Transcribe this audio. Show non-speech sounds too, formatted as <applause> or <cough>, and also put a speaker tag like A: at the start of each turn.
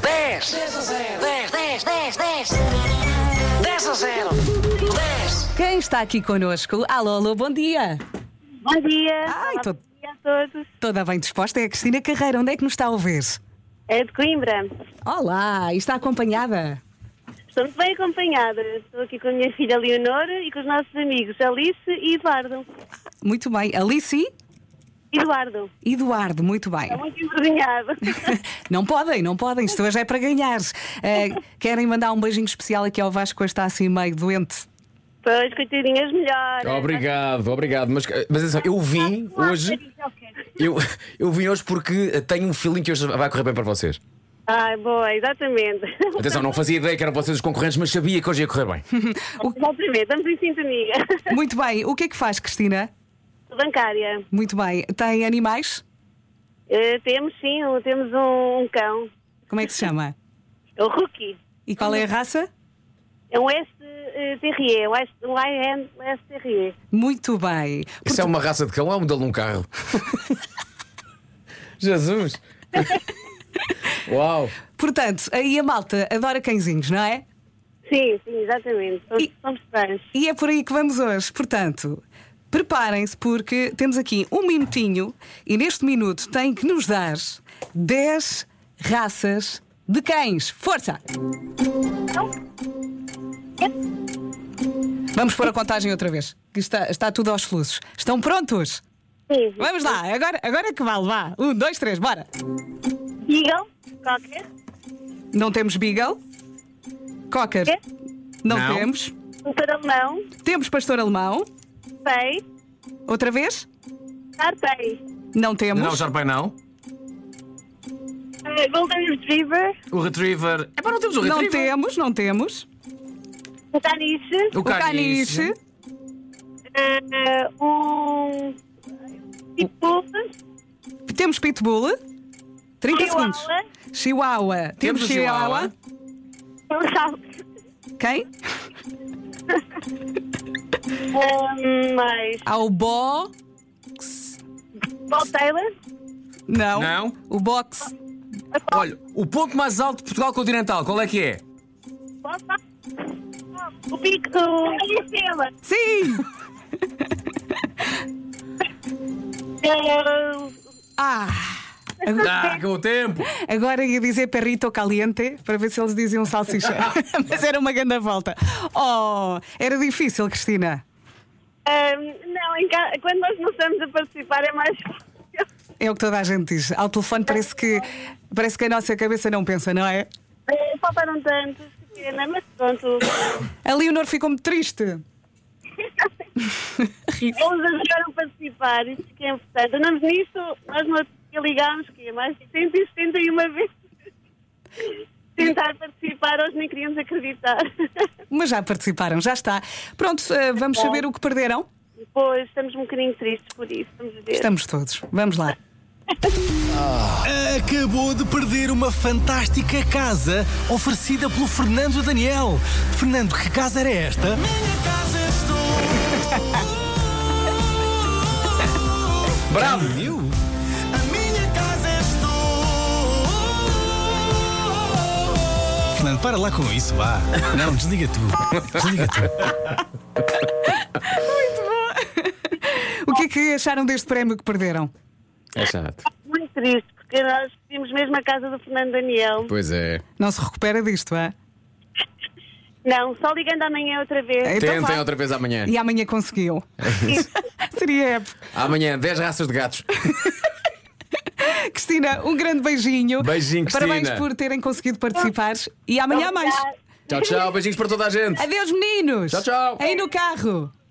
A: 10, 10 a 0. 10, 10, 10, 10. 10 a 0. 10.
B: Quem está aqui connosco? Alô, alô, bom dia.
C: Bom dia.
B: Ai,
C: Olá,
B: tô-
C: Bom dia a todos.
B: Toda bem disposta é a Cristina Carreira. Onde é que nos está a ouvir?
C: É de Coimbra.
B: Olá, e está acompanhada?
C: Estou muito bem acompanhada. Estou aqui com a minha filha Leonor e com os nossos amigos Alice e Eduardo.
B: Muito bem. Alice
C: Eduardo,
B: e Eduardo, muito <laughs> bem.
C: está muito envergonhado.
B: Não podem, não podem. Isto hoje é para ganhar. Eh, querem mandar um beijinho especial aqui ao Vasco, hoje está assim meio doente.
C: pois, coitadinhas melhores.
D: Obrigado, obrigado. Mas, eh, mas atenção, eu vim hoje. Eu, eu vim hoje porque tenho um feeling que hoje vai correr bem para vocês.
C: Ai, Ah, boa, exatamente. <laughs>
D: Atenção, não fazia ideia que eram vocês os concorrentes, mas sabia que hoje ia correr bem.
C: Exatamente, estamos em sintonia. <laughs>
B: Muito bem. O que é que faz, Cristina?
C: Bancária.
B: Muito bem. Tem animais?
C: Eh, temos sim, um- temos um, um cão.
B: Como é que se chama?
C: É o Rookie.
B: E qual é a raça?
C: É um STRE, um S- um IN STRE.
B: Muito bem.
D: Isso é uma raça de cão, é um modelo num carro. <laughs> Jesus! Uau!
B: Portanto, aí a malta adora cãezinhos, não é?
C: Sim, sim, exatamente. Somos,
B: E-
C: somos fãs.
B: E é por aí que vamos hoje. Portanto, preparem-se porque temos aqui um minutinho e neste minuto tem que nos dar 10 raças de cães. Força! Vamos pôr a contagem outra vez, que está, está tudo aos fluxos. Estão prontos?
C: Sim, sim.
B: Vamos lá, agora, agora é que vale, vá. Um, dois, três, bora!
C: Digam qualquer.
B: Não temos Beagle? Cocker?
C: Quê?
B: Não,
D: Não.
B: temos.
C: Um caramão,
B: Temos Pastor Alemão?
C: pei,
B: Outra vez?
C: tarpei,
B: Não temos.
D: Não, Jarpai não.
C: eh, golden retriever,
D: O Retriever. É pá, não temos o
B: Não
D: Retriever.
B: temos, não temos.
C: caniche,
B: O caniche.
C: eh, um tipo, pitbull,
B: Temos pitbull. 30
C: Chihuahua.
B: segundos. Chihuahua. Temos,
D: o
B: chihuahua.
D: Chihuahua.
C: um sal-
B: Quem?
C: eh, mais
B: Há Ah, o bó.
C: Paul Taylor,
B: Não.
D: Não.
B: O box.
D: Olha, o ponto mais alto de Portugal continental, qual é que é?
C: Opa. o pico, a estrela,
D: <laughs>
B: Sim!
C: eh,
B: Ah!
D: Ah, acabou o tempo!
B: Agora ia dizer perrito caliente para ver se eles diziam
D: <laughs>
B: salsicha. Mas era uma grande volta. Oh, era difícil, Cristina.
C: eh, não, em ca- quando nós não estamos a participar é mais fácil.
B: É o que toda a gente diz. Ao telefone parece que, parece que a nossa cabeça não pensa, não é?
C: Eh, Faltaram tantos, que pena, mas pronto,
B: A Leonor ficou-me triste. Ri-se.
C: Eles ajudaram a participar, isso que é importante. Andamos nisso, nós no outro dia ligámos que é mais de 171 vezes. Tentar participar, hoje nem queríamos acreditar.
B: Mas já participaram, já está. Pronto, eh, vamos saber o que perderam?
C: Pois, estamos um bocadinho tristes por isso, vamos ver.
B: Estamos todos. Vamos lá.
E: Acabou de perder uma fantástica casa oferecida pelo Fernando Daniel. Fernando, que casa era esta?
D: Bravo!
E: Fernando, para lá com isso, vá. Não, desliga tu. Desliga tu.
B: O que é que acharam deste prémio que perderam?
D: É chato.
C: Muito tristes, porque nós pedimos mesmo a casa do Fernando Daniel.
D: Pois é.
B: Não se recupera disto, é?
C: Não, só ligando amanhã outra vez.
B: Então vá.
D: Tentem outra vez amanhã.
B: E amanhã conseguiu.
D: É
B: <laughs> Seria épico.
D: Amanhã, 10 raças de gatos.
B: Cristina, um grande beijinho.
D: Beijinho,
B: Parabéns
D: Cristina.
B: por terem conseguido participar. E amanhã há mais.
C: Obrigada.
D: Tchau, tchau. Beijinhos para toda a gente.
B: Adeus, meninos.
D: Tchau, tchau.
B: Aí no carro.